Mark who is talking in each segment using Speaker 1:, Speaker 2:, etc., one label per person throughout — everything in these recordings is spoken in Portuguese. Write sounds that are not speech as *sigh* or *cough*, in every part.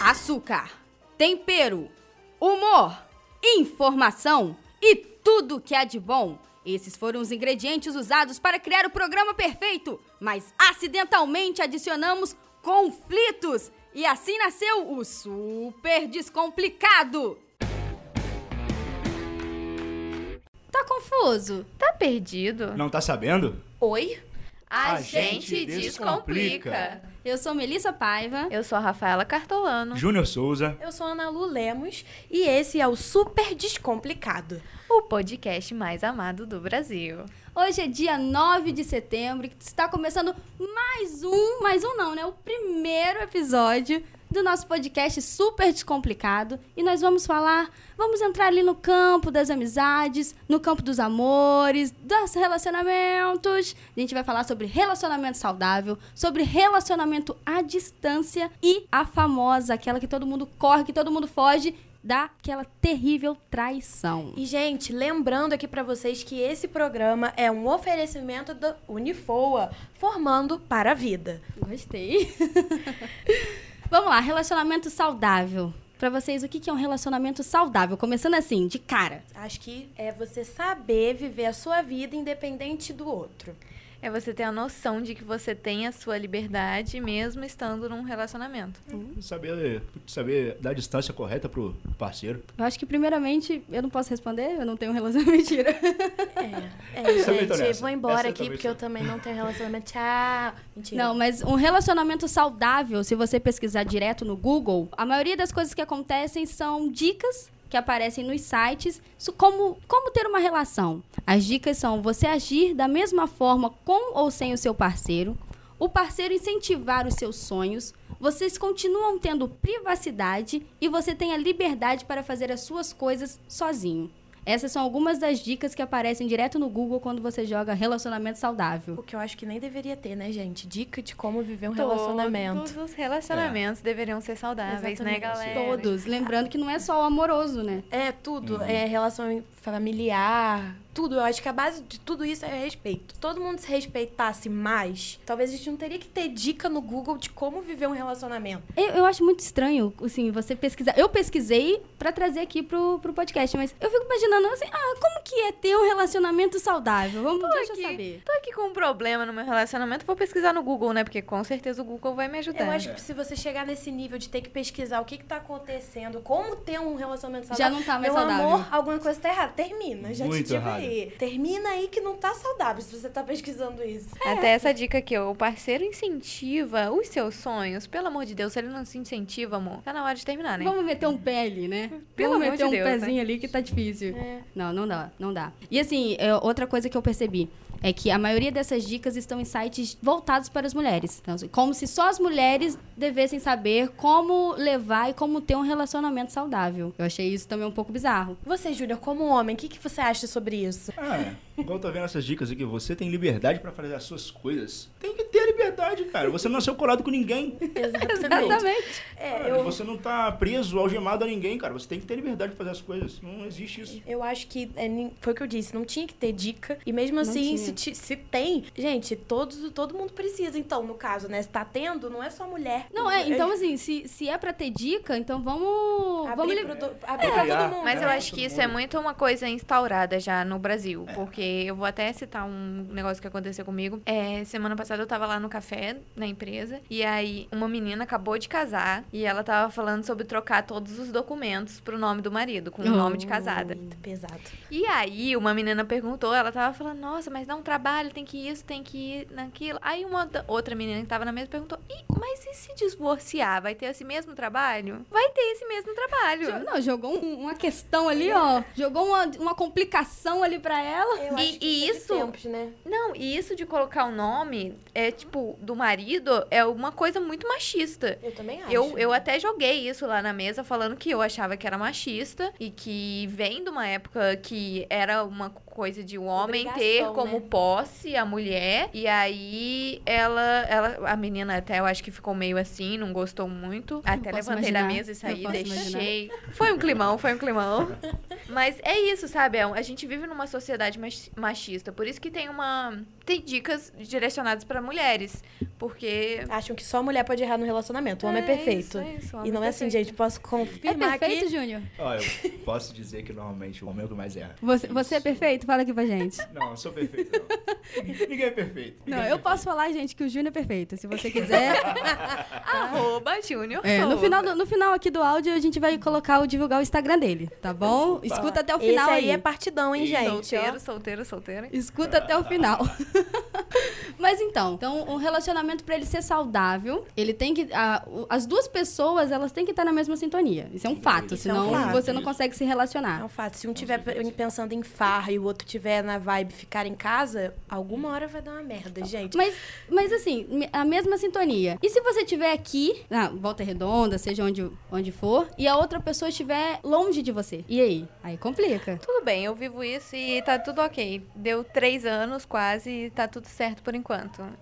Speaker 1: açúcar, tempero, humor, informação e tudo que há de bom. Esses foram os ingredientes usados para criar o programa perfeito, mas acidentalmente adicionamos conflitos e assim nasceu o Super Descomplicado.
Speaker 2: Tá confuso?
Speaker 3: Tá perdido?
Speaker 4: Não tá sabendo?
Speaker 2: Oi?
Speaker 3: A,
Speaker 4: A gente
Speaker 3: gente
Speaker 4: descomplica.
Speaker 3: descomplica.
Speaker 1: Eu sou Melissa Paiva.
Speaker 3: Eu sou a Rafaela Cartolano.
Speaker 4: Júnior Souza.
Speaker 2: Eu sou Ana Lu Lemos e esse é o Super Descomplicado.
Speaker 3: o podcast mais amado do Brasil.
Speaker 1: Hoje é dia 9 de setembro e está começando mais um, mais um não, né? O primeiro episódio do nosso podcast super descomplicado e nós vamos falar, vamos entrar ali no campo das amizades, no campo dos amores, dos relacionamentos. A gente vai falar sobre relacionamento saudável, sobre relacionamento à distância e a famosa, aquela que todo mundo corre, que todo mundo foge, daquela terrível traição.
Speaker 5: E, gente, lembrando aqui pra vocês que esse programa é um oferecimento da Unifoa, formando para a vida.
Speaker 1: Gostei. *laughs* Vamos lá, relacionamento saudável. Pra vocês, o que que é um relacionamento saudável? Começando assim, de cara.
Speaker 5: Acho que é você saber viver a sua vida independente do outro.
Speaker 3: É você ter a noção de que você tem a sua liberdade mesmo estando num relacionamento.
Speaker 4: Saber, saber dar a distância correta pro parceiro.
Speaker 1: Eu acho que, primeiramente, eu não posso responder, eu não tenho relação. *laughs* Mentira.
Speaker 5: É,
Speaker 4: Eu também tô
Speaker 5: gente,
Speaker 4: nessa.
Speaker 5: vou
Speaker 4: Essa
Speaker 5: embora
Speaker 4: eu
Speaker 5: aqui
Speaker 4: também
Speaker 5: porque
Speaker 4: sou.
Speaker 5: eu também não tenho relacionamento. Tchau. Mentira.
Speaker 1: Não, mas um relacionamento saudável, se você pesquisar direto no Google, a maioria das coisas que acontecem são dicas que aparecem nos sites, so- como, como ter uma relação. As dicas são você agir da mesma forma com ou sem o seu parceiro, o parceiro incentivar os seus sonhos, vocês continuam tendo privacidade e você tem a liberdade para fazer as suas coisas sozinho. Essas são algumas das dicas que aparecem direto no Google quando você joga relacionamento saudável.
Speaker 5: O que eu acho que nem deveria ter, né, gente? Dica de como viver um relacionamento.
Speaker 3: Todos os relacionamentos deveriam ser saudáveis, né,
Speaker 5: Exatamente.
Speaker 1: É.
Speaker 3: galera?
Speaker 1: Todos. Lembrando que não é só o amoroso, né?
Speaker 5: É, tudo. É relação familiar, tudo. Eu acho que a base de tudo isso é respeito. Todo mundo se respeitasse mais, talvez a gente não teria que ter dica no Google de como viver um relacionamento.
Speaker 1: Eu, eu acho muito estranho, assim, você pesquisar. Eu pesquisei pra trazer aqui pro, pro podcast, mas eu fico imaginando assim, ah, como que é ter um relacionamento saudável? Vamos, deixa
Speaker 3: aqui.
Speaker 1: eu saber.
Speaker 3: Tô aqui com um problema no meu relacionamento, vou pesquisar no Google, né? Porque com certeza o Google vai me ajudar.
Speaker 5: Eu
Speaker 1: é.
Speaker 5: acho que se você chegar nesse nível de ter que pesquisar o que, que tá acontecendo, como ter um relacionamento
Speaker 1: Já
Speaker 5: saudável.
Speaker 1: não tá mais
Speaker 5: meu
Speaker 1: saudável.
Speaker 5: amor, alguma coisa tá errada. Termina, já
Speaker 4: Muito
Speaker 5: te digo
Speaker 4: errado.
Speaker 5: aí. Termina aí que não tá saudável se você tá pesquisando isso.
Speaker 3: Até essa dica aqui, ó, o parceiro incentiva os seus sonhos. Pelo amor de Deus, se ele não se incentiva, amor, tá na hora de terminar, né?
Speaker 1: Vamos meter um pé ali, né?
Speaker 3: Pelo
Speaker 1: Vamos
Speaker 3: amor
Speaker 1: meter
Speaker 3: de
Speaker 1: um
Speaker 3: Deus, né?
Speaker 1: pezinho ali que tá difícil.
Speaker 5: É.
Speaker 1: Não, não dá, não dá. E assim, é, outra coisa que eu percebi é que a maioria dessas dicas estão em sites voltados para as mulheres. Então, assim, como se só as mulheres devessem saber como levar e como ter um relacionamento saudável. Eu achei isso também um pouco bizarro.
Speaker 5: Você, Júnior, como homem, o que, que você acha
Speaker 1: *laughs*
Speaker 5: sobre isso?
Speaker 4: Ah, igual eu tô vendo essas dicas aqui, você tem liberdade pra fazer as suas coisas. Tem que ter a liberdade, cara. Você não nasceu colado com ninguém.
Speaker 1: Exatamente.
Speaker 5: É,
Speaker 4: Cara,
Speaker 5: eu,
Speaker 4: Você não tá preso, algemado a ninguém, cara. Você tem que ter liberdade pra fazer as coisas. Não existe isso.
Speaker 5: Eu acho que é, nin- foi o que eu disse, não tinha que ter dica. E mesmo assim,
Speaker 1: tinha.
Speaker 5: se, ti- se tem, gente, todos, todo mundo precisa. Então, no caso, né? Se tá tendo, não é só mulher.
Speaker 1: Não, é, então assim, se, se é pra ter dica, então vamos.
Speaker 5: Abrir
Speaker 1: vamos li-
Speaker 5: pro, do- abrir pra
Speaker 4: Obrigar.
Speaker 5: todo mundo.
Speaker 3: Mas eu
Speaker 4: Não,
Speaker 3: acho
Speaker 4: Né? todo
Speaker 3: que isso é
Speaker 4: mundo.
Speaker 3: muito uma coisa instaurada já no Brasil. Porque eu vou até citar um negócio que aconteceu comigo. É, semana passada eu tava lá no café, na empresa, e aí uma menina acabou de casar e ela tava falando sobre trocar todos os documentos pro nome do marido, com o nome de casada.
Speaker 5: Muito pesado.
Speaker 3: E aí, uma menina perguntou, ela tava falando, nossa, mas dá um trabalho, tem que isso, tem que ir naquilo. Aí uma outra- outra menina que tava na mesa perguntou, Ih, mas e se divorciar? Vai ter esse mesmo trabalho? Vai ter esse mesmo
Speaker 1: Jo-
Speaker 3: trabalho.
Speaker 1: Não, jogou um- uma questão ali, ó. Jogou uma, uma complicação ali pra ela.
Speaker 5: Eu
Speaker 3: E-
Speaker 5: acho que
Speaker 3: e
Speaker 5: é de
Speaker 3: isso-
Speaker 5: Tempos, né?
Speaker 3: Não, e isso de colocar o nome, é tipo, do marido, é uma coisa muito machista.
Speaker 5: Eu também acho.
Speaker 3: Eu, eu até joguei isso lá na mesa, falando que eu achava que era machista e que vem de uma época que era uma coisa de um homem ter
Speaker 5: Obrigação,
Speaker 3: como
Speaker 5: né?
Speaker 3: posse a mulher. E aí ela, ela. A menina até eu acho que ficou meio assim, não gostou muito. Até
Speaker 1: posso
Speaker 3: levantei da
Speaker 1: imaginar,
Speaker 3: mesa e
Speaker 1: eu
Speaker 3: saí,
Speaker 1: posso
Speaker 3: deixei. Foi um climão, foi
Speaker 1: *laughs*
Speaker 3: um climão. Mas é isso, sabe? É um- A gente vive numa sociedade machi- machista. Por isso que tem uma. Tem dicas direcionadas pra mulheres. mulheres. Porque.
Speaker 5: Acham que só a mulher pode errar no relacionamento. O homem é,
Speaker 3: isso,
Speaker 5: perfeito.
Speaker 3: é isso, o
Speaker 5: e
Speaker 3: homem
Speaker 5: não é assim,
Speaker 3: perfeito.
Speaker 5: gente. Posso
Speaker 1: É
Speaker 5: confirmar
Speaker 1: perfeito,
Speaker 5: aqui.
Speaker 1: Júnior?
Speaker 4: Ó, eu posso dizer que normalmente o homem é o que mais erra.
Speaker 1: Você, você é perfeito? Fala aqui pra gente.
Speaker 4: Não, eu sou perfeito, não.
Speaker 1: *laughs*
Speaker 4: Ninguém é perfeito.
Speaker 1: Não,
Speaker 4: Ninguém é
Speaker 1: eu
Speaker 4: perfeito.
Speaker 1: posso falar, gente, que o Júnior é perfeito. Se você *laughs* quiser.
Speaker 3: Ah,
Speaker 5: tá?
Speaker 3: Arroba Junior.
Speaker 1: É, no, final do- no final aqui do áudio, a gente vai colocar o divulgar o Instagram dele, tá bom? Escuta até o final
Speaker 5: Esse aí
Speaker 1: aí.
Speaker 5: é partidão, hein,
Speaker 4: Ih,
Speaker 5: gente? Ó.
Speaker 3: Solteiro, solteiro, solteiro.
Speaker 1: Escuta até o final. *laughs* Mas então, então um relacionamento pra ele ser saudável, ele tem que a- o- as duas pessoas elas têm que estar na mesma sintonia. Isso é um fato,
Speaker 4: Isso
Speaker 5: é um
Speaker 1: senão
Speaker 5: fato.
Speaker 1: você não
Speaker 4: Isso.
Speaker 1: consegue se
Speaker 5: É
Speaker 1: relacionar.
Speaker 5: um fato. Se um tiver pe- pensando em farra e o outro tiver na vibe ficar em casa, alguma hora vai dar uma merda, gente.
Speaker 1: Mas, mas assim, me- a mesma sintonia. E se você estiver aqui, na volta redonda, seja onde, onde for, e a outra pessoa estiver longe de você? E aí? Aí complica.
Speaker 3: Tudo bem, eu vivo isso e tá tudo ok. Deu três anos quase e tá tudo certo por enquanto.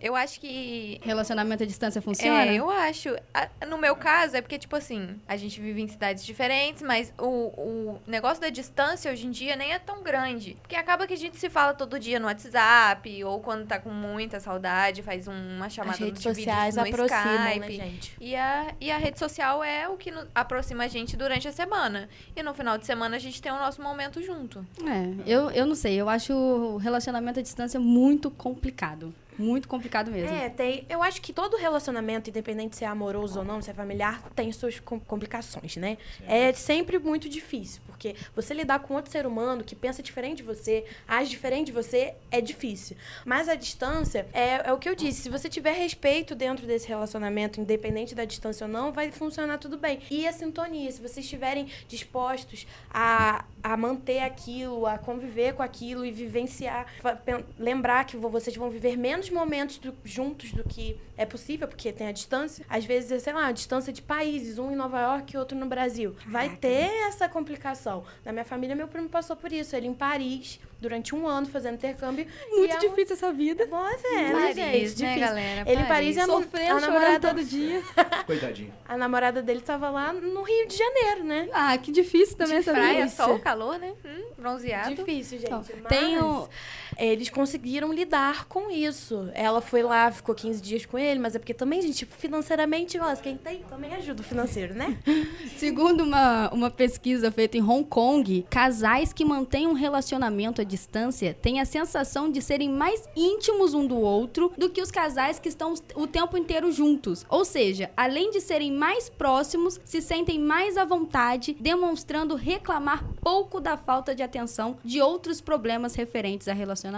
Speaker 3: Eu acho que.
Speaker 1: Relacionamento à distância funciona?
Speaker 3: É, eu acho. A- No meu caso, é porque, tipo assim, a gente vive em cidades diferentes, mas o, o negócio da distância hoje em dia nem é tão grande. Porque acaba que a gente se fala todo dia no WhatsApp, ou quando tá com muita saudade, faz um- uma chamada
Speaker 5: As redes
Speaker 3: de vídeo
Speaker 5: sociais
Speaker 3: no
Speaker 5: aproximam,
Speaker 3: Skype.
Speaker 5: né, gente?
Speaker 3: E a, e a rede social é o que no- aproxima a gente durante a semana. E no final de semana a gente tem o nosso momento junto. Né,
Speaker 1: É, eu, eu não sei, eu acho o relacionamento à distância muito complicado. Muito complicado mesmo.
Speaker 5: É, tem. Eu acho que todo relacionamento, independente se é amoroso ou não, se é familiar, tem suas com- complicações, né? É sempre muito difícil, porque você lidar com outro ser humano que pensa diferente de você, age diferente de você, é difícil. Mas a distância é, é o que eu disse. Se você tiver respeito dentro desse relacionamento, independente da distância ou não, vai funcionar tudo bem. E a sintonia, se vocês estiverem dispostos a, a manter aquilo, a conviver com aquilo e vivenciar, fa- pen- lembrar que vo- vocês vão viver menos momentos do- juntos do que é possível, porque tem a distância. Às vezes, é, sei lá, a distância de países, um em Nova York e outro no Brasil. Vai ter essa complicação. Na minha família, meu primo passou por isso. Ele em Paris, durante um ano, fazendo intercâmbio. e é um-
Speaker 1: essa vida.
Speaker 5: Nossa, é, né,
Speaker 3: Paris,
Speaker 5: gente?
Speaker 3: né,
Speaker 5: Difícil.
Speaker 3: galera?
Speaker 5: Ele em Paris é a,
Speaker 1: Sofrendo,
Speaker 5: a
Speaker 1: chorando
Speaker 5: namorada
Speaker 1: todo dia.
Speaker 4: Coitadinho.
Speaker 5: a namorada dele tava lá no Rio de Janeiro, né?
Speaker 1: Ah, que difícil também essa
Speaker 3: Praia,
Speaker 1: vida.
Speaker 3: sol, calor, né? Hum, bronzeado.
Speaker 5: Difícil, gente.
Speaker 1: Então,
Speaker 5: mas
Speaker 1: tem o-
Speaker 5: Eles conseguiram lidar com isso. Ela foi lá, ficou 15 dias com ele, mas é porque também, gente, financeiramente, nossa, quem tem também ajuda o financeiro, né?
Speaker 1: Segundo uma, uma pesquisa feita em Hong Kong, casais que mantêm um relacionamento à distância têm a sensação de serem mais íntimos um do outro do que os casais que estão o tempo inteiro juntos. Ou seja, além de serem mais próximos, se sentem mais à vontade, demonstrando reclamar pouco da falta de atenção de outros problemas referentes a relacionamentos.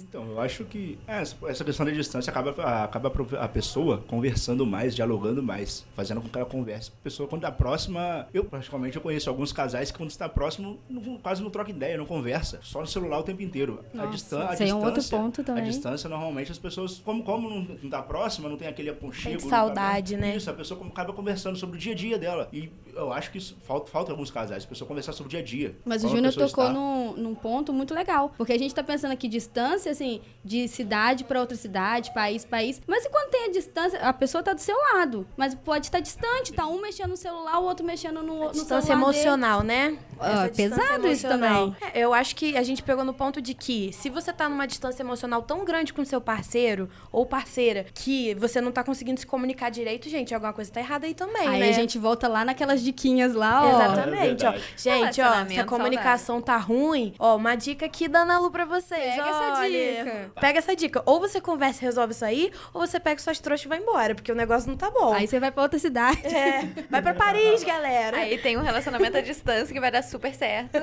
Speaker 4: Então, eu acho que é, essa essa questão da distância acaba, a- acaba pro- a pessoa conversando mais, dialogando mais, fazendo com que ela converse. A pessoa, quando está próxima, eu praticamente eu conheço alguns casais que, quando está próximo, não- quase não troca ideia, não conversa, só no celular o tempo inteiro. a
Speaker 1: Nossa,
Speaker 4: distan- a
Speaker 1: isso aí é um outro ponto também.
Speaker 4: A distância, normalmente, as pessoas, como, como não, não tá próxima, não tem aquele aconchego.
Speaker 5: Sente saudade,
Speaker 4: não tá-
Speaker 5: né?
Speaker 4: Isso, a pessoa como- acaba conversando sobre o dia a dia dela. E eu acho que isso falta, falta em alguns casais, a pessoa conversar sobre o dia a dia.
Speaker 1: Mas
Speaker 4: Como
Speaker 1: o
Speaker 4: a
Speaker 1: Júnior
Speaker 4: pessoa
Speaker 1: tocou
Speaker 4: está.
Speaker 1: num, num ponto muito legal. Porque a gente tá pensando aqui distância, assim, de cidade pra outra cidade, país, país. Mas e quando tem a distância, a pessoa tá do seu lado. Mas pode estar distante, tá um mexendo no celular, o outro mexendo no, no
Speaker 5: distância
Speaker 1: celular dele.
Speaker 5: emocional, né?
Speaker 1: Ah,
Speaker 5: Essa
Speaker 1: é
Speaker 5: distância
Speaker 1: pesado isso
Speaker 5: emocional. É, eu acho que a gente pegou no ponto de que se você tá numa distância emocional tão grande com seu parceiro ou parceira que você não tá conseguindo se comunicar direito, gente, alguma coisa tá errada aí também,
Speaker 1: Aí
Speaker 5: né?
Speaker 1: a gente volta lá naquelas diquinhas lá, ó.
Speaker 5: Exatamente,
Speaker 4: É
Speaker 5: ó.
Speaker 4: verdade.
Speaker 5: Gente, ó, se a
Speaker 3: Relacionamento
Speaker 5: comunicação tá ruim, ó, uma dica aqui da Ana Lu pra vocês.
Speaker 1: Pega essa
Speaker 5: olha.
Speaker 1: dica.
Speaker 5: Pega essa dica. Ou você conversa e resolve isso aí, ou você pega suas trouxas e vai embora, porque o negócio não tá bom.
Speaker 1: Aí você vai pra outra cidade.
Speaker 5: É,
Speaker 1: *laughs*
Speaker 5: vai pra Paris, galera.
Speaker 3: Aí tem um relacionamento à distância que vai dar super certo.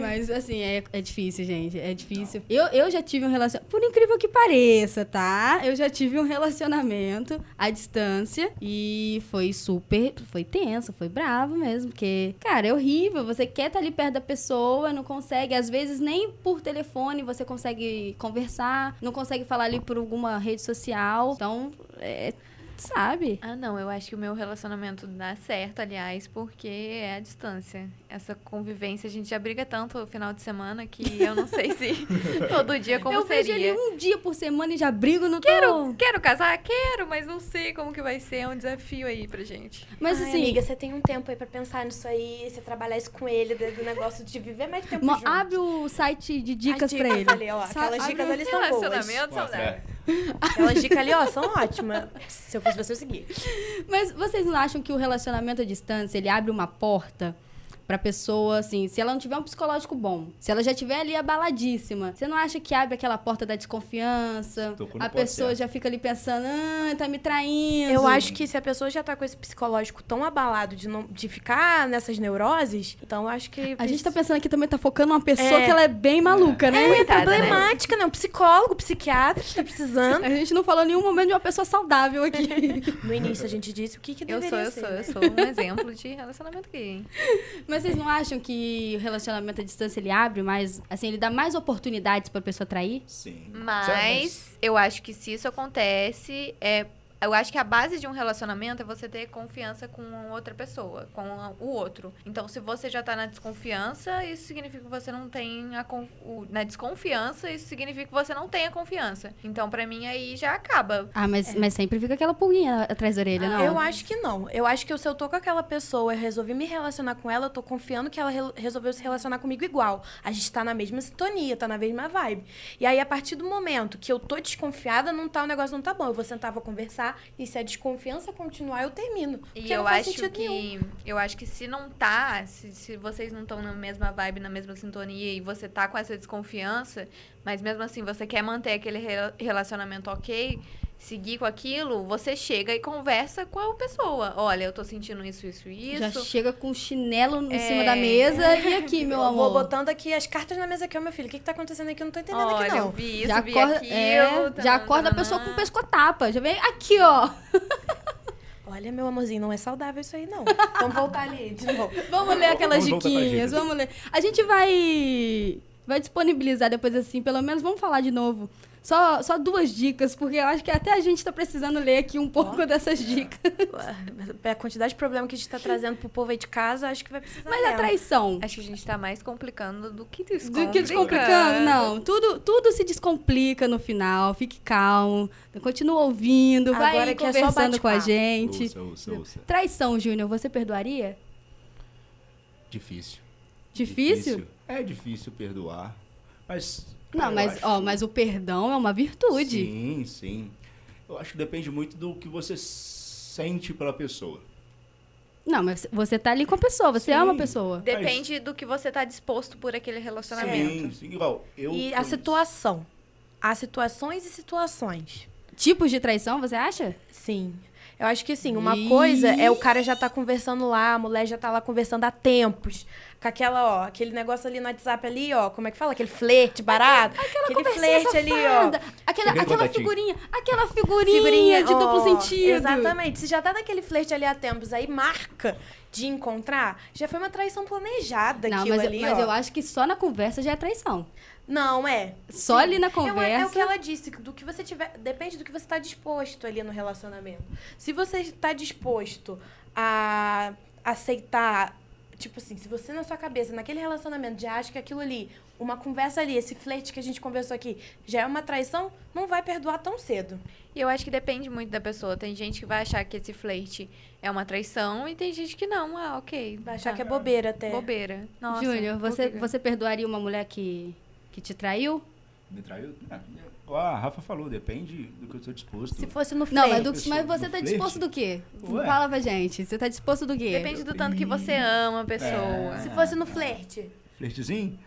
Speaker 1: Mas assim, é, é difícil, gente. É difícil. Eu, eu já tive um relacionamento. Por incrível que pareça, tá? Eu já tive um relacionamento à distância. E foi super. Foi tenso, foi bravo mesmo. Porque, cara, é horrível. Você quer estar ali perto da pessoa, não consegue. Às vezes, nem por telefone você consegue conversar. Não consegue falar ali por alguma rede social. Então, é. Sabe?
Speaker 3: Ah, não, eu acho que o meu relacionamento dá certo, aliás, porque é a distância. Essa convivência, a gente já briga tanto no final de semana que eu não sei *laughs* se todo dia como
Speaker 1: eu
Speaker 3: seria.
Speaker 1: vejo ali um dia por semana e já brigo no Quero!
Speaker 3: um, Quero casar? Quero, mas não sei como que vai ser. É um desafio aí pra gente.
Speaker 1: Mas
Speaker 5: Ai,
Speaker 1: assim.
Speaker 5: amiga, você tem um tempo aí pra pensar nisso aí, você trabalhar isso com ele, do do negócio de viver mais tempo
Speaker 1: Mo-
Speaker 5: junto.
Speaker 1: abre o site de dicas
Speaker 5: As
Speaker 1: pra ele.
Speaker 5: ali, ó,
Speaker 1: Sa-
Speaker 5: aquelas
Speaker 1: abre um
Speaker 5: dicas
Speaker 1: o-
Speaker 5: ali são boas.
Speaker 3: Relacionamento
Speaker 4: Nossa,
Speaker 3: saudável.
Speaker 4: é.
Speaker 5: Aquelas dicas ali, ó, são ótimas. Se eu fosse você,
Speaker 1: *laughs*
Speaker 5: eu seguia.
Speaker 1: Mas vocês não acham que o relacionamento à distância, ele abre uma porta pra pessoa, assim, se ela não tiver um psicológico bom, se ela já tiver ali abaladíssima, você não acha que abre aquela porta da desconfiança?
Speaker 4: é, Tocou no
Speaker 1: A
Speaker 4: ponto
Speaker 1: pessoa
Speaker 4: certo.
Speaker 1: já fica ali pensando, ah, tá me traindo.
Speaker 5: Eu acho que se a pessoa já tá com esse psicológico tão abalado de, não, de ficar nessas neuroses, então eu acho que.
Speaker 1: A gente tá pensando aqui também, tá focando uma pessoa
Speaker 5: É.
Speaker 1: que ela é bem maluca, né?
Speaker 5: É
Speaker 3: Coitada,
Speaker 5: problemática, né? Um psicólogo, psiquiatra que tá precisando.
Speaker 1: *laughs* A gente não falou em nenhum momento de uma pessoa saudável *laughs* aqui.
Speaker 5: No início a gente disse o que, que
Speaker 3: Eu
Speaker 5: deveria
Speaker 3: sou, eu
Speaker 5: ser,
Speaker 3: sou,
Speaker 5: né?
Speaker 3: eu sou um exemplo de relacionamento gay, hein?
Speaker 1: Mas vocês não acham que o relacionamento à distância ele abre mais, assim, ele dá mais oportunidades pra pessoa trair?
Speaker 4: Sim.
Speaker 3: Mas eu acho que se isso acontece, é, eu acho que a base de um relacionamento é você ter confiança com outra pessoa, com a- o outro. Então, se você já tá na desconfiança, isso significa que você não tem a con- o- na desconfiança, isso significa que você não tem a confiança. Então, pra mim aí já acaba.
Speaker 1: Ah, mas, mas sempre fica aquela pulguinha atrás da orelha, não?
Speaker 5: Eu acho que não. Eu acho que se eu tô com aquela pessoa e resolvi me relacionar com ela, eu tô confiando que ela re- resolveu se relacionar comigo igual. A gente tá na mesma sintonia, tá na mesma vibe. E aí, a partir do momento que eu tô desconfiada, não tá, o negócio não tá bom. Eu vou sentar, vou conversar, e se a desconfiança continuar, eu termino.
Speaker 3: E
Speaker 5: Porque
Speaker 3: eu
Speaker 5: não faz
Speaker 3: acho
Speaker 5: sentido
Speaker 3: que
Speaker 5: nenhum.
Speaker 3: eu acho que se não tá, se, se vocês não estão na mesma vibe, na mesma sintonia e você tá com essa desconfiança, mas mesmo assim você quer manter aquele re- relacionamento ok, seguir com aquilo, você chega e conversa com a pessoa. Olha, eu tô sentindo isso, isso, isso.
Speaker 1: Já chega com o chinelo em
Speaker 3: É.
Speaker 1: cima da mesa e *laughs* aqui, meu
Speaker 5: *laughs* eu vou
Speaker 1: amor.
Speaker 5: botando aqui as cartas na mesa aqui, ó, meu filho. O que, que tá acontecendo aqui? Eu não tô entendendo
Speaker 3: Olha,
Speaker 5: aqui,
Speaker 3: eu
Speaker 5: não.
Speaker 3: vi isso,
Speaker 1: já
Speaker 3: vi
Speaker 1: acorda,
Speaker 3: aquilo.
Speaker 1: é, já
Speaker 3: tananã,
Speaker 1: acorda a pessoa com
Speaker 3: tananã.
Speaker 1: o pescotapa. Já vem aqui, ó.
Speaker 5: Olha, meu amorzinho, não é saudável isso aí, não. Vamos voltar ali de novo.
Speaker 1: *laughs* Vamos ler aquelas
Speaker 4: Vamos voltar pra
Speaker 1: diquinhas,
Speaker 4: dica.
Speaker 1: vamos ler. A gente vai vai disponibilizar depois assim, pelo menos vamos falar de novo. Só, só duas dicas, porque eu acho que até a gente tá precisando ler aqui um pouco dessas dicas.
Speaker 5: É, A quantidade de problema que a gente tá trazendo pro povo aí de casa, acho que vai precisar
Speaker 1: Mas
Speaker 5: dela.
Speaker 1: a traição,
Speaker 3: Acho que a gente tá mais complicando do que
Speaker 1: do
Speaker 3: descomplicando.
Speaker 1: que descomplicando, não. Tudo, tudo se descomplica no final, fique calmo, continua ouvindo, vai
Speaker 5: Agora
Speaker 1: aí
Speaker 5: que é só
Speaker 1: conversando com a
Speaker 5: bate-papo.
Speaker 1: gente.
Speaker 4: Ouça, ouça, ouça.
Speaker 1: Traição, Júnior, você perdoaria?
Speaker 4: Difícil.
Speaker 1: Difícil?
Speaker 4: É difícil perdoar. Mas.
Speaker 1: Não,
Speaker 4: eu
Speaker 1: mas,
Speaker 4: acho-
Speaker 1: ó, mas o perdão é uma virtude.
Speaker 4: Sim, sim. Eu acho que depende muito do que você sente pela pessoa.
Speaker 1: Não, mas você tá ali com a pessoa, você
Speaker 4: Sim.
Speaker 1: ama a pessoa.
Speaker 3: Depende do que você tá disposto por aquele relacionamento.
Speaker 4: Sim, sim. Igual, eu.
Speaker 5: E a situação. Há situações e situações.
Speaker 1: Tipos de traição, você acha?
Speaker 5: Sim. Eu acho que sim, uma
Speaker 1: Ih.
Speaker 5: coisa é o cara já tá conversando lá, a mulher já tá lá conversando há tempos. Com aquela, ó, aquele negócio ali no WhatsApp ali, ó, como é que fala? Aquele flerte barato. aquele
Speaker 1: Conversinha
Speaker 5: flerte ali, ó.
Speaker 1: safada, Aquela,
Speaker 4: Aquele
Speaker 1: aquela
Speaker 4: contatinho.
Speaker 1: figurinha, aquela figurinha,
Speaker 5: Figurinha
Speaker 1: de duplo
Speaker 5: ó,
Speaker 1: sentido.
Speaker 5: Exatamente. Se já tá naquele flerte ali há tempos, aí marca de encontrar, já foi uma traição planejada
Speaker 1: Não,
Speaker 5: aquilo
Speaker 1: mas,
Speaker 5: ali,
Speaker 1: mas
Speaker 5: ó.
Speaker 1: eu acho que só na conversa já é traição.
Speaker 5: Não, é.
Speaker 1: Só ali na
Speaker 5: Eu- é o que
Speaker 1: conversa.
Speaker 5: ela disse, do que você tiver, depende do que você está disposto ali no relacionamento. Se você está disposto a aceitar, tipo assim, se você na sua cabeça, naquele relacionamento, já acha que aquilo ali, uma conversa ali, esse flerte que a gente conversou aqui, já é uma traição, não vai perdoar tão cedo.
Speaker 3: E eu acho que depende muito da pessoa. Tem gente que vai achar que esse flerte é uma traição e tem gente que não. Ah, ok.
Speaker 5: Vai achar
Speaker 3: tá.
Speaker 5: que é bobeira até.
Speaker 3: bobeira. Nossa.
Speaker 1: Júnior, você,
Speaker 3: bobeira.
Speaker 1: você perdoaria uma mulher que, que te traiu?
Speaker 4: Me traiu? Ah, igual a Rafa falou, depende do que eu estou disposto.
Speaker 5: Se fosse no
Speaker 1: Não,
Speaker 5: flerte.
Speaker 1: mas, do-
Speaker 4: Pessoa
Speaker 1: mas você
Speaker 4: do
Speaker 1: tá
Speaker 4: flerte?
Speaker 1: disposto do quê?
Speaker 4: Ué.
Speaker 1: Fala pra gente. Você tá disposto do quê?
Speaker 3: Depende do tanto que você ama a pessoa.
Speaker 4: É.
Speaker 5: Se fosse no flerte.
Speaker 4: Flertezinho?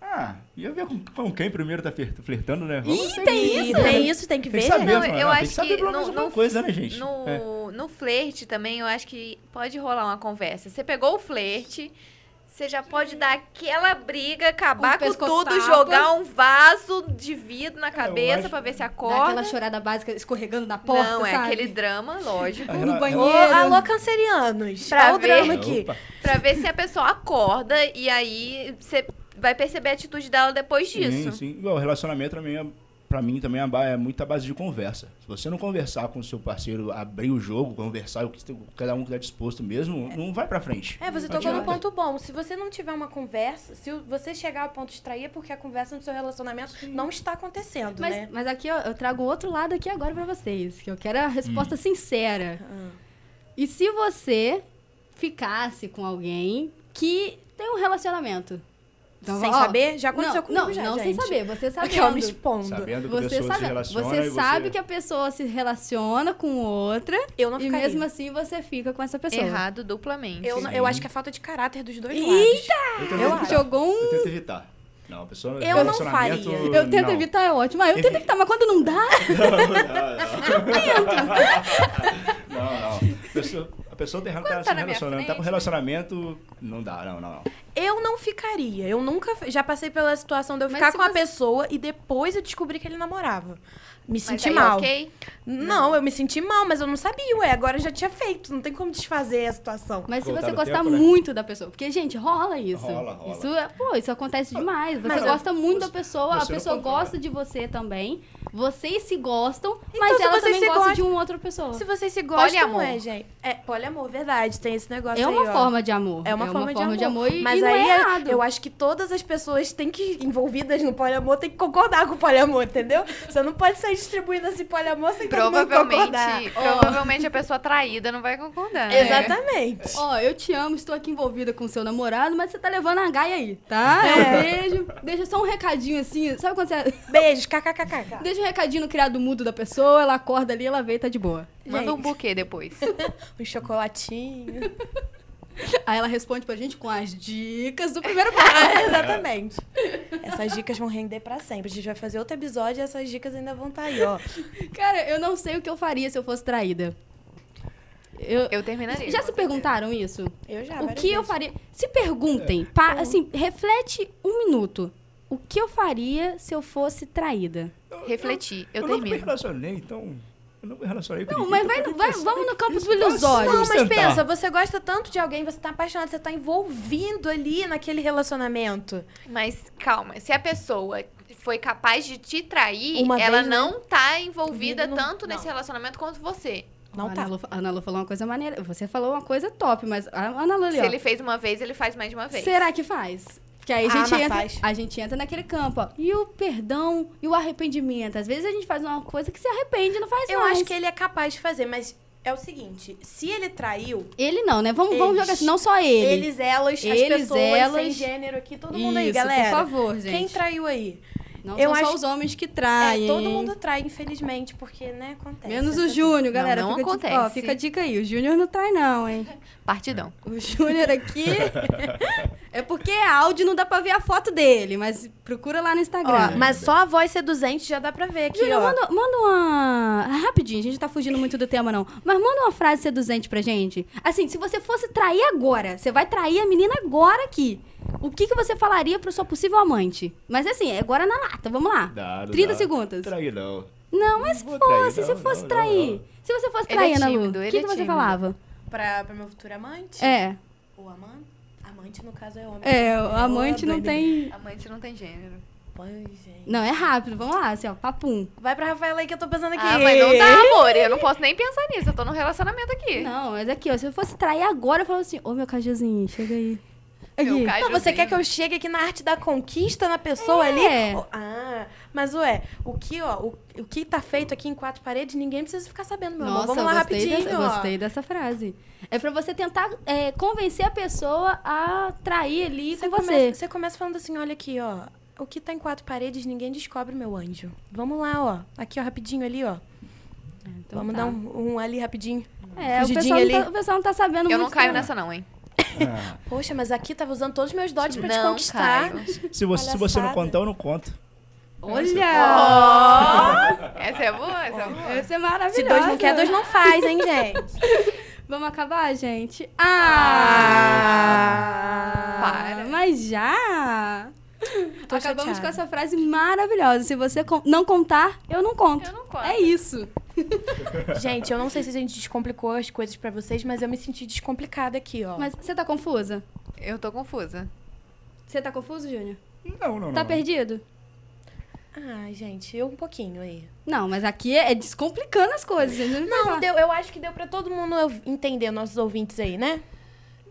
Speaker 4: Ah, ia ver com, com quem primeiro tá fler- flertando, né? Vamos
Speaker 1: Ih, tem isso?
Speaker 5: Tem isso, tem que
Speaker 4: Tem
Speaker 5: ver,
Speaker 4: que saber,
Speaker 5: né?
Speaker 3: Não,
Speaker 4: mano.
Speaker 3: eu
Speaker 4: Ah,
Speaker 3: acho
Speaker 4: tem que saber
Speaker 3: que
Speaker 4: pelo menos
Speaker 3: no-
Speaker 4: alguma
Speaker 3: no-
Speaker 4: coisa, né, gente? É.
Speaker 3: No, no flerte também, eu acho que pode rolar uma conversa. Você pegou o flerte, você já pode dar aquela briga, acabar
Speaker 1: Um
Speaker 3: com tudo,
Speaker 1: pescotapa.
Speaker 3: jogar um vaso de vidro na cabeça
Speaker 4: É, acho-
Speaker 3: pra ver se
Speaker 1: Dá
Speaker 3: acorda.
Speaker 1: aquela chorada básica escorregando na porta,
Speaker 3: não, é
Speaker 1: sabe?
Speaker 3: aquele drama, lógico.
Speaker 4: Aí
Speaker 1: no
Speaker 4: ela-
Speaker 1: banheiro.
Speaker 5: Ô, alô, cancerianos.
Speaker 3: Pra
Speaker 5: Olha o
Speaker 3: ver.
Speaker 5: drama aqui.
Speaker 4: Opa,
Speaker 3: Pra ver se a pessoa acorda e aí você vai perceber a atitude dela depois
Speaker 4: Sim,
Speaker 3: disso.
Speaker 4: sim. Igual, o relacionamento também é, pra mim também é ba- é muito a base de conversa. Se você não conversar com o seu parceiro, abrir o jogo, conversar, o que você- cada um que tá disposto mesmo, não vai pra frente.
Speaker 5: É, você
Speaker 4: Não
Speaker 5: tocou num
Speaker 4: adianta.
Speaker 5: ponto bom. Se você não tiver uma conversa, se o- você chegar ao ponto de trair, é porque a conversa no seu relacionamento não está acontecendo,
Speaker 1: Mas,
Speaker 5: né?
Speaker 1: mas aqui ó, eu trago outro lado aqui agora pra vocês, que eu quero a resposta
Speaker 4: Hum.
Speaker 1: sincera. E se você ficasse com alguém que tem um relacionamento? Então,
Speaker 5: sem
Speaker 1: ó,
Speaker 5: saber? Já aconteceu
Speaker 1: não,
Speaker 5: comigo
Speaker 1: não,
Speaker 5: já,
Speaker 1: Não, sem
Speaker 5: gente.
Speaker 1: saber. Você sabe
Speaker 5: Aqui, é ó, me expondo.
Speaker 4: Sabendo que a
Speaker 1: É. Você
Speaker 4: pessoa se
Speaker 1: sabe,
Speaker 4: relaciona
Speaker 1: você
Speaker 4: e
Speaker 1: sabe que a pessoa se relaciona com outra
Speaker 5: Eu não
Speaker 1: e
Speaker 5: ficaria.
Speaker 1: mesmo assim você fica com essa pessoa.
Speaker 3: Errado duplamente.
Speaker 5: Eu, não-
Speaker 4: Sim.
Speaker 5: eu acho que é falta de caráter dos dois
Speaker 1: Eita!
Speaker 5: lados.
Speaker 1: Ah,
Speaker 4: Eu tento
Speaker 5: Eu
Speaker 4: evitar.
Speaker 1: Jogou um.
Speaker 4: Eu tento evitar. Não, a pessoa...
Speaker 5: Eu não
Speaker 4: relacionamento,
Speaker 5: faria.
Speaker 1: Eu tento
Speaker 4: não. *laughs*
Speaker 1: evitar, é ótimo. Ah, eu tento
Speaker 4: Evi-
Speaker 1: evitar, mas quando não dá, *laughs*
Speaker 4: Não, não. A pessoa, a pessoa tem tá,
Speaker 3: tá
Speaker 4: se
Speaker 3: na minha
Speaker 4: relacionando, tá com
Speaker 3: frente.
Speaker 4: relacionamento... Não dá, não, não, não.
Speaker 5: Eu não ficaria. Eu nunca. fi- Já passei pela situação de eu
Speaker 2: Mas
Speaker 5: ficar
Speaker 2: se
Speaker 5: com a
Speaker 2: você-
Speaker 5: pessoa e depois eu descobri que ele namorava. Me
Speaker 3: Mas
Speaker 5: senti
Speaker 3: aí,
Speaker 5: mal.
Speaker 3: ok?
Speaker 5: Não, eu me senti mal, mas eu não sabia, ué. Agora eu já tinha feito. Não tem como desfazer a situação.
Speaker 1: Mas se
Speaker 4: Voltar
Speaker 1: você
Speaker 4: no
Speaker 1: gostar
Speaker 4: tempo, né?
Speaker 1: muito da pessoa. Porque, gente, rola isso.
Speaker 4: Rola, rola.
Speaker 1: Isso, é- pô, isso acontece demais. Você
Speaker 5: Mas é- eu-
Speaker 1: gosta muito da pessoa, a
Speaker 4: você não
Speaker 1: pessoa
Speaker 4: controla.
Speaker 1: gosta de você também. Vocês se gostam, mas
Speaker 5: Então, se
Speaker 1: ela
Speaker 5: vocês
Speaker 1: também
Speaker 5: se
Speaker 1: gosta
Speaker 5: gostam-
Speaker 1: de uma outra pessoa.
Speaker 5: Se vocês se gostam,
Speaker 3: Poliamor.
Speaker 5: é, gente. É, poliamor, verdade. Tem esse negócio
Speaker 1: É
Speaker 5: aí,
Speaker 1: uma
Speaker 5: ó.
Speaker 1: forma de amor.
Speaker 5: É uma, forma, de amor.
Speaker 1: e,
Speaker 5: mas
Speaker 1: e não
Speaker 5: aí
Speaker 1: é
Speaker 5: é-
Speaker 1: errado.
Speaker 5: eu acho que todas as pessoas têm que envolvidas no poliamor têm que concordar com o poliamor, entendeu? Você não pode sair distribuindo esse poliamor sem todo mundo concordar.
Speaker 3: Provavelmente, *laughs* provavelmente a pessoa traída não vai concordar.
Speaker 1: É.
Speaker 3: né?
Speaker 5: Exatamente.
Speaker 1: Ó, eu te amo, estou aqui envolvida com seu namorado, mas você tá levando a gaia aí, tá? É. Um beijo. Deixa só um recadinho assim. Sabe quando você.
Speaker 5: Beijos, kkkk.
Speaker 1: Deixa um recadinho no criado mudo da pessoa, ela acorda ali, ela vê e tá de boa.
Speaker 3: Manda um buquê depois.
Speaker 5: Um chocolatinho. *laughs*
Speaker 1: Aí ela responde pra gente com as dicas do primeiro
Speaker 5: Ah, exatamente. Essas dicas vão render pra sempre. A gente vai fazer outro episódio e essas dicas ainda vão estar aí, ó.
Speaker 1: Cara, eu não sei o que eu faria se eu fosse traída. Eu...
Speaker 3: Eu terminaria.
Speaker 1: Já se perguntaram isso?
Speaker 5: Eu já.
Speaker 1: o
Speaker 5: Ah, várias
Speaker 1: que eu
Speaker 5: vezes. É.
Speaker 1: faria? Se perguntem, pa- assim, reflete um minuto. O que eu faria se eu fosse traída?
Speaker 3: Refletir. Eu,
Speaker 4: Eu nunca me
Speaker 3: termino.
Speaker 4: relacionei, então... Eu nunca me relacionei com
Speaker 1: Não,
Speaker 4: ninguém.
Speaker 1: mas
Speaker 4: então
Speaker 1: vai,
Speaker 4: pra que
Speaker 1: vai-
Speaker 4: pensar?
Speaker 1: vamos no campo do
Speaker 4: Isso tá
Speaker 1: ilusório.
Speaker 5: Não, mas
Speaker 4: Sentar.
Speaker 5: pensa, você gosta tanto de alguém, você tá apaixonado, você tá envolvido ali naquele relacionamento.
Speaker 3: Mas calma, se a pessoa foi capaz de te trair,
Speaker 5: Uma
Speaker 3: ela
Speaker 5: vez, né?
Speaker 3: não tá envolvida
Speaker 5: Vida não-
Speaker 3: tanto
Speaker 5: não.
Speaker 3: nesse relacionamento quanto você.
Speaker 5: Não
Speaker 1: a
Speaker 5: tá.
Speaker 1: Ana Lu, a Ana Lu falou uma coisa maneira. Você falou uma coisa top, mas a Ana Lu ali,
Speaker 3: Se
Speaker 1: ó,
Speaker 3: ele fez uma vez, ele faz mais de uma vez.
Speaker 1: Será que faz? Porque aí a
Speaker 5: Ah,
Speaker 1: gente,
Speaker 5: mas
Speaker 1: entra,
Speaker 5: faz.
Speaker 1: a gente entra naquele campo, ó. E o perdão e o arrependimento. Às vezes a gente faz uma coisa que se arrepende e não faz
Speaker 5: Eu
Speaker 1: mais.
Speaker 5: acho que ele é capaz de fazer, mas é o seguinte: se ele traiu,
Speaker 1: Ele não, né? Vamos, vamos
Speaker 5: Eles.
Speaker 1: jogar assim, não só ele.
Speaker 5: eles, elas,
Speaker 1: Eles,
Speaker 5: as pessoas sem
Speaker 1: elas.
Speaker 5: gênero aqui, todo mundo aí,
Speaker 1: Isso,
Speaker 5: galera.
Speaker 1: Por favor, gente.
Speaker 5: Quem traiu aí?
Speaker 1: Não
Speaker 5: Eu
Speaker 1: são só
Speaker 5: acho-
Speaker 1: os homens que
Speaker 5: é,
Speaker 1: traem.
Speaker 5: todo
Speaker 1: hein?
Speaker 5: mundo trai, infelizmente, porque, né, acontece.
Speaker 1: Menos o
Speaker 5: Essas-
Speaker 1: Júnior, galera.
Speaker 3: não
Speaker 1: fica A dica, ó,
Speaker 3: acontece.
Speaker 1: fica a dica aí. O Júnior não trai, não, hein?
Speaker 3: Partidão.
Speaker 1: O Júnior
Speaker 5: *laughs*
Speaker 1: aqui. *laughs* é porque é áudio, não dá pra ver a foto dele, mas procura lá no Instagram.
Speaker 5: Ó, mas só a voz seduzente já dá pra ver aqui,
Speaker 1: Júnior,
Speaker 5: ó.
Speaker 1: manda, manda uma. Rapidinho, a gente tá fugindo muito do tema, não. Mas manda uma frase seduzente pra gente. Assim, se você fosse trair agora, você vai trair a menina agora aqui. O que, que você falaria pro seu possível amante? Mas assim, é agora na lata, vamos lá.
Speaker 4: Dá, não
Speaker 1: 30
Speaker 4: dá.
Speaker 1: segundos.
Speaker 4: Trair, não.
Speaker 1: Não, mas se
Speaker 4: Não vou trair,
Speaker 1: fosse, se
Speaker 4: não,
Speaker 1: fosse
Speaker 4: não,
Speaker 1: trair.
Speaker 4: não, não.
Speaker 1: Se você fosse
Speaker 3: Ele é
Speaker 1: trair, Ana Lu, o
Speaker 3: tímido,
Speaker 1: que,
Speaker 3: ele
Speaker 1: que
Speaker 3: é
Speaker 1: você
Speaker 3: tímido.
Speaker 1: falava?
Speaker 5: Pra, pra meu futuro amante?
Speaker 1: É.
Speaker 5: O amante? Amante, no caso, é homem.
Speaker 1: É, o
Speaker 5: Eu
Speaker 1: amante não
Speaker 5: adoraria.
Speaker 1: tem.
Speaker 3: Amante não tem gênero.
Speaker 5: Pai, gente.
Speaker 1: Não, é rápido, vamos lá, assim, ó, papum.
Speaker 5: Vai pra Rafaela aí que eu tô pensando aqui.
Speaker 3: Ah, mas não dá, amor. Eu não posso nem pensar nisso. Eu tô num relacionamento aqui.
Speaker 1: Não, mas aqui, ó, se eu fosse trair agora, eu falava assim, ô meu cajuzinho, chega aí.
Speaker 3: Meu
Speaker 1: Aqui.
Speaker 5: Não,
Speaker 3: cajuzinho.
Speaker 5: você quer que eu chegue aqui na arte da conquista na pessoa
Speaker 1: É.
Speaker 5: ali? Oh, Ah, mas ué, o que, ó, o, o que tá feito aqui em quatro paredes, ninguém precisa ficar sabendo, meu amor.
Speaker 1: Nossa,
Speaker 5: Vamos lá
Speaker 1: gostei
Speaker 5: rapidinho,
Speaker 1: dessa,
Speaker 5: ó.
Speaker 1: gostei dessa frase. É pra você tentar é, convencer a pessoa a trair ali
Speaker 5: Você
Speaker 1: com você.
Speaker 5: começa, você começa falando assim, olha aqui, ó. O que tá em quatro paredes, ninguém descobre, meu anjo. Vamos lá, ó. Aqui, ó, rapidinho ali, ó.
Speaker 1: Então
Speaker 5: Vamos
Speaker 1: tá.
Speaker 5: dar um, um ali rapidinho.
Speaker 1: É, o
Speaker 5: fugidinho
Speaker 1: pessoal,
Speaker 5: ali.
Speaker 1: Não tá, o pessoal não tá sabendo
Speaker 3: Eu
Speaker 1: muito.
Speaker 3: não caio nessa, não, hein?
Speaker 4: Ah,
Speaker 5: Poxa, mas aqui tava usando todos os meus dotes pra te
Speaker 3: Não
Speaker 5: conquistar.
Speaker 3: caio.
Speaker 4: se, você, se você não
Speaker 5: Palhaçada.
Speaker 4: contar, eu não conto.
Speaker 1: Olha!
Speaker 3: Essa é boa, essa é boa.
Speaker 1: Essa é maravilhosa.
Speaker 5: Se dois não quer, dois não faz,
Speaker 1: *laughs*
Speaker 5: hein, gente?
Speaker 1: Vamos acabar, gente? Ah!
Speaker 3: Para.
Speaker 1: Mas já?
Speaker 5: Tô
Speaker 1: Acabamos
Speaker 5: chateada.
Speaker 1: com essa frase maravilhosa. Se você con- não contar, eu não conto.
Speaker 3: Eu não conto.
Speaker 1: É isso.
Speaker 5: gente, eu não sei se a gente descomplicou as coisas pra vocês, mas eu me senti descomplicada aqui, ó.
Speaker 1: Mas você tá confusa?
Speaker 3: Eu tô confusa.
Speaker 1: Você tá confuso, Júnior?
Speaker 4: Não, não, não.
Speaker 1: Tá
Speaker 4: não.
Speaker 1: perdido?
Speaker 5: Ah, gente, eu um pouquinho aí.
Speaker 1: Não, mas aqui é é descomplicando as coisas. gente. Não,
Speaker 5: Deu, eu acho que deu pra todo mundo eu- entender, nossos ouvintes aí, né?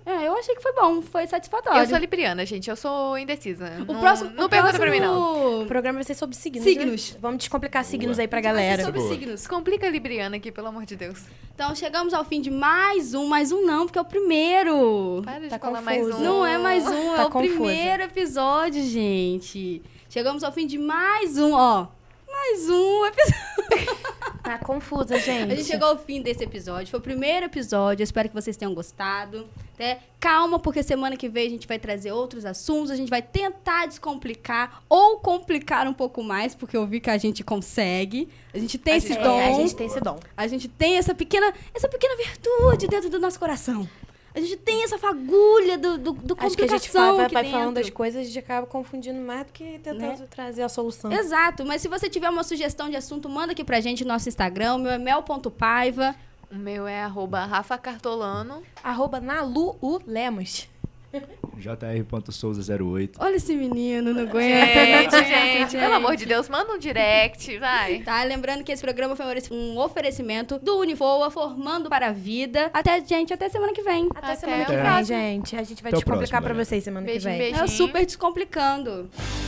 Speaker 1: É, eu achei que foi bom, foi satisfatório.
Speaker 3: Eu sou libriana, gente. Eu sou indecisa.
Speaker 1: o
Speaker 3: não,
Speaker 1: próximo,
Speaker 3: Não
Speaker 1: o
Speaker 3: pergunta
Speaker 1: próximo...
Speaker 3: pra mim, não.
Speaker 5: O programa vai ser sobre signos.
Speaker 1: Signos.
Speaker 5: né? Vamos descomplicar signos
Speaker 4: Boa.
Speaker 5: aí pra
Speaker 1: Vai ser
Speaker 5: galera.
Speaker 1: sobre
Speaker 4: Boa.
Speaker 1: signos.
Speaker 3: Complica a libriana aqui, pelo amor de Deus.
Speaker 1: Então chegamos ao fim de mais um, mais um não, porque é o primeiro.
Speaker 3: Para
Speaker 5: Tá
Speaker 3: de falar
Speaker 5: confuso.
Speaker 3: mais um.
Speaker 1: Não é mais um,
Speaker 5: Tá
Speaker 1: é o
Speaker 5: confusa.
Speaker 1: primeiro episódio, gente. Chegamos ao fim de mais um, ó. Mais um episódio.
Speaker 5: Tá confusa,
Speaker 1: A gente chegou ao fim desse episódio. Foi o primeiro episódio. Eu espero que vocês tenham gostado. né? Calma, porque semana que vem a gente vai trazer outros assuntos. A gente vai tentar descomplicar ou complicar um pouco mais, porque eu vi que a gente consegue. A gente tem
Speaker 3: A
Speaker 1: esse
Speaker 3: gente
Speaker 1: dom.
Speaker 5: É, a gente tem esse dom.
Speaker 1: A gente tem essa pequena, essa pequena virtude dentro do nosso coração. A gente tem essa fagulha do, do, do
Speaker 5: Acho que a gente
Speaker 1: complicação
Speaker 5: fala- vai,
Speaker 1: aqui
Speaker 5: vai
Speaker 1: dentro. Né?
Speaker 5: falando das coisas e a gente acaba confundindo mais do que tentando trazer a solução.
Speaker 1: Exato, mas se você tiver uma sugestão de assunto, manda aqui pra gente no nosso Instagram, o meu é mel.paiva.
Speaker 3: O meu é arroba Rafa Cartolano.
Speaker 5: Arroba Nalu U Lemos.
Speaker 4: JR.souza08.
Speaker 1: Olha esse menino, não aguenta.
Speaker 3: Gente, gente,
Speaker 1: *laughs*
Speaker 3: pelo amor de Deus, manda um direct, vai.
Speaker 1: Tá, lembrando que esse programa foi um oferec- um oferecimento do Univoa, formando para a vida. Até, gente, até semana que vem.
Speaker 5: Até,
Speaker 3: Até
Speaker 5: semana
Speaker 3: o
Speaker 5: que vem,
Speaker 4: próximo.
Speaker 5: É, gente. A gente vai
Speaker 4: Até o
Speaker 5: descomplicar
Speaker 4: próximo,
Speaker 5: pra
Speaker 4: galera.
Speaker 5: vocês semana
Speaker 3: Beijinho,
Speaker 5: que vem.
Speaker 3: beijinho.
Speaker 1: É o super descomplicando.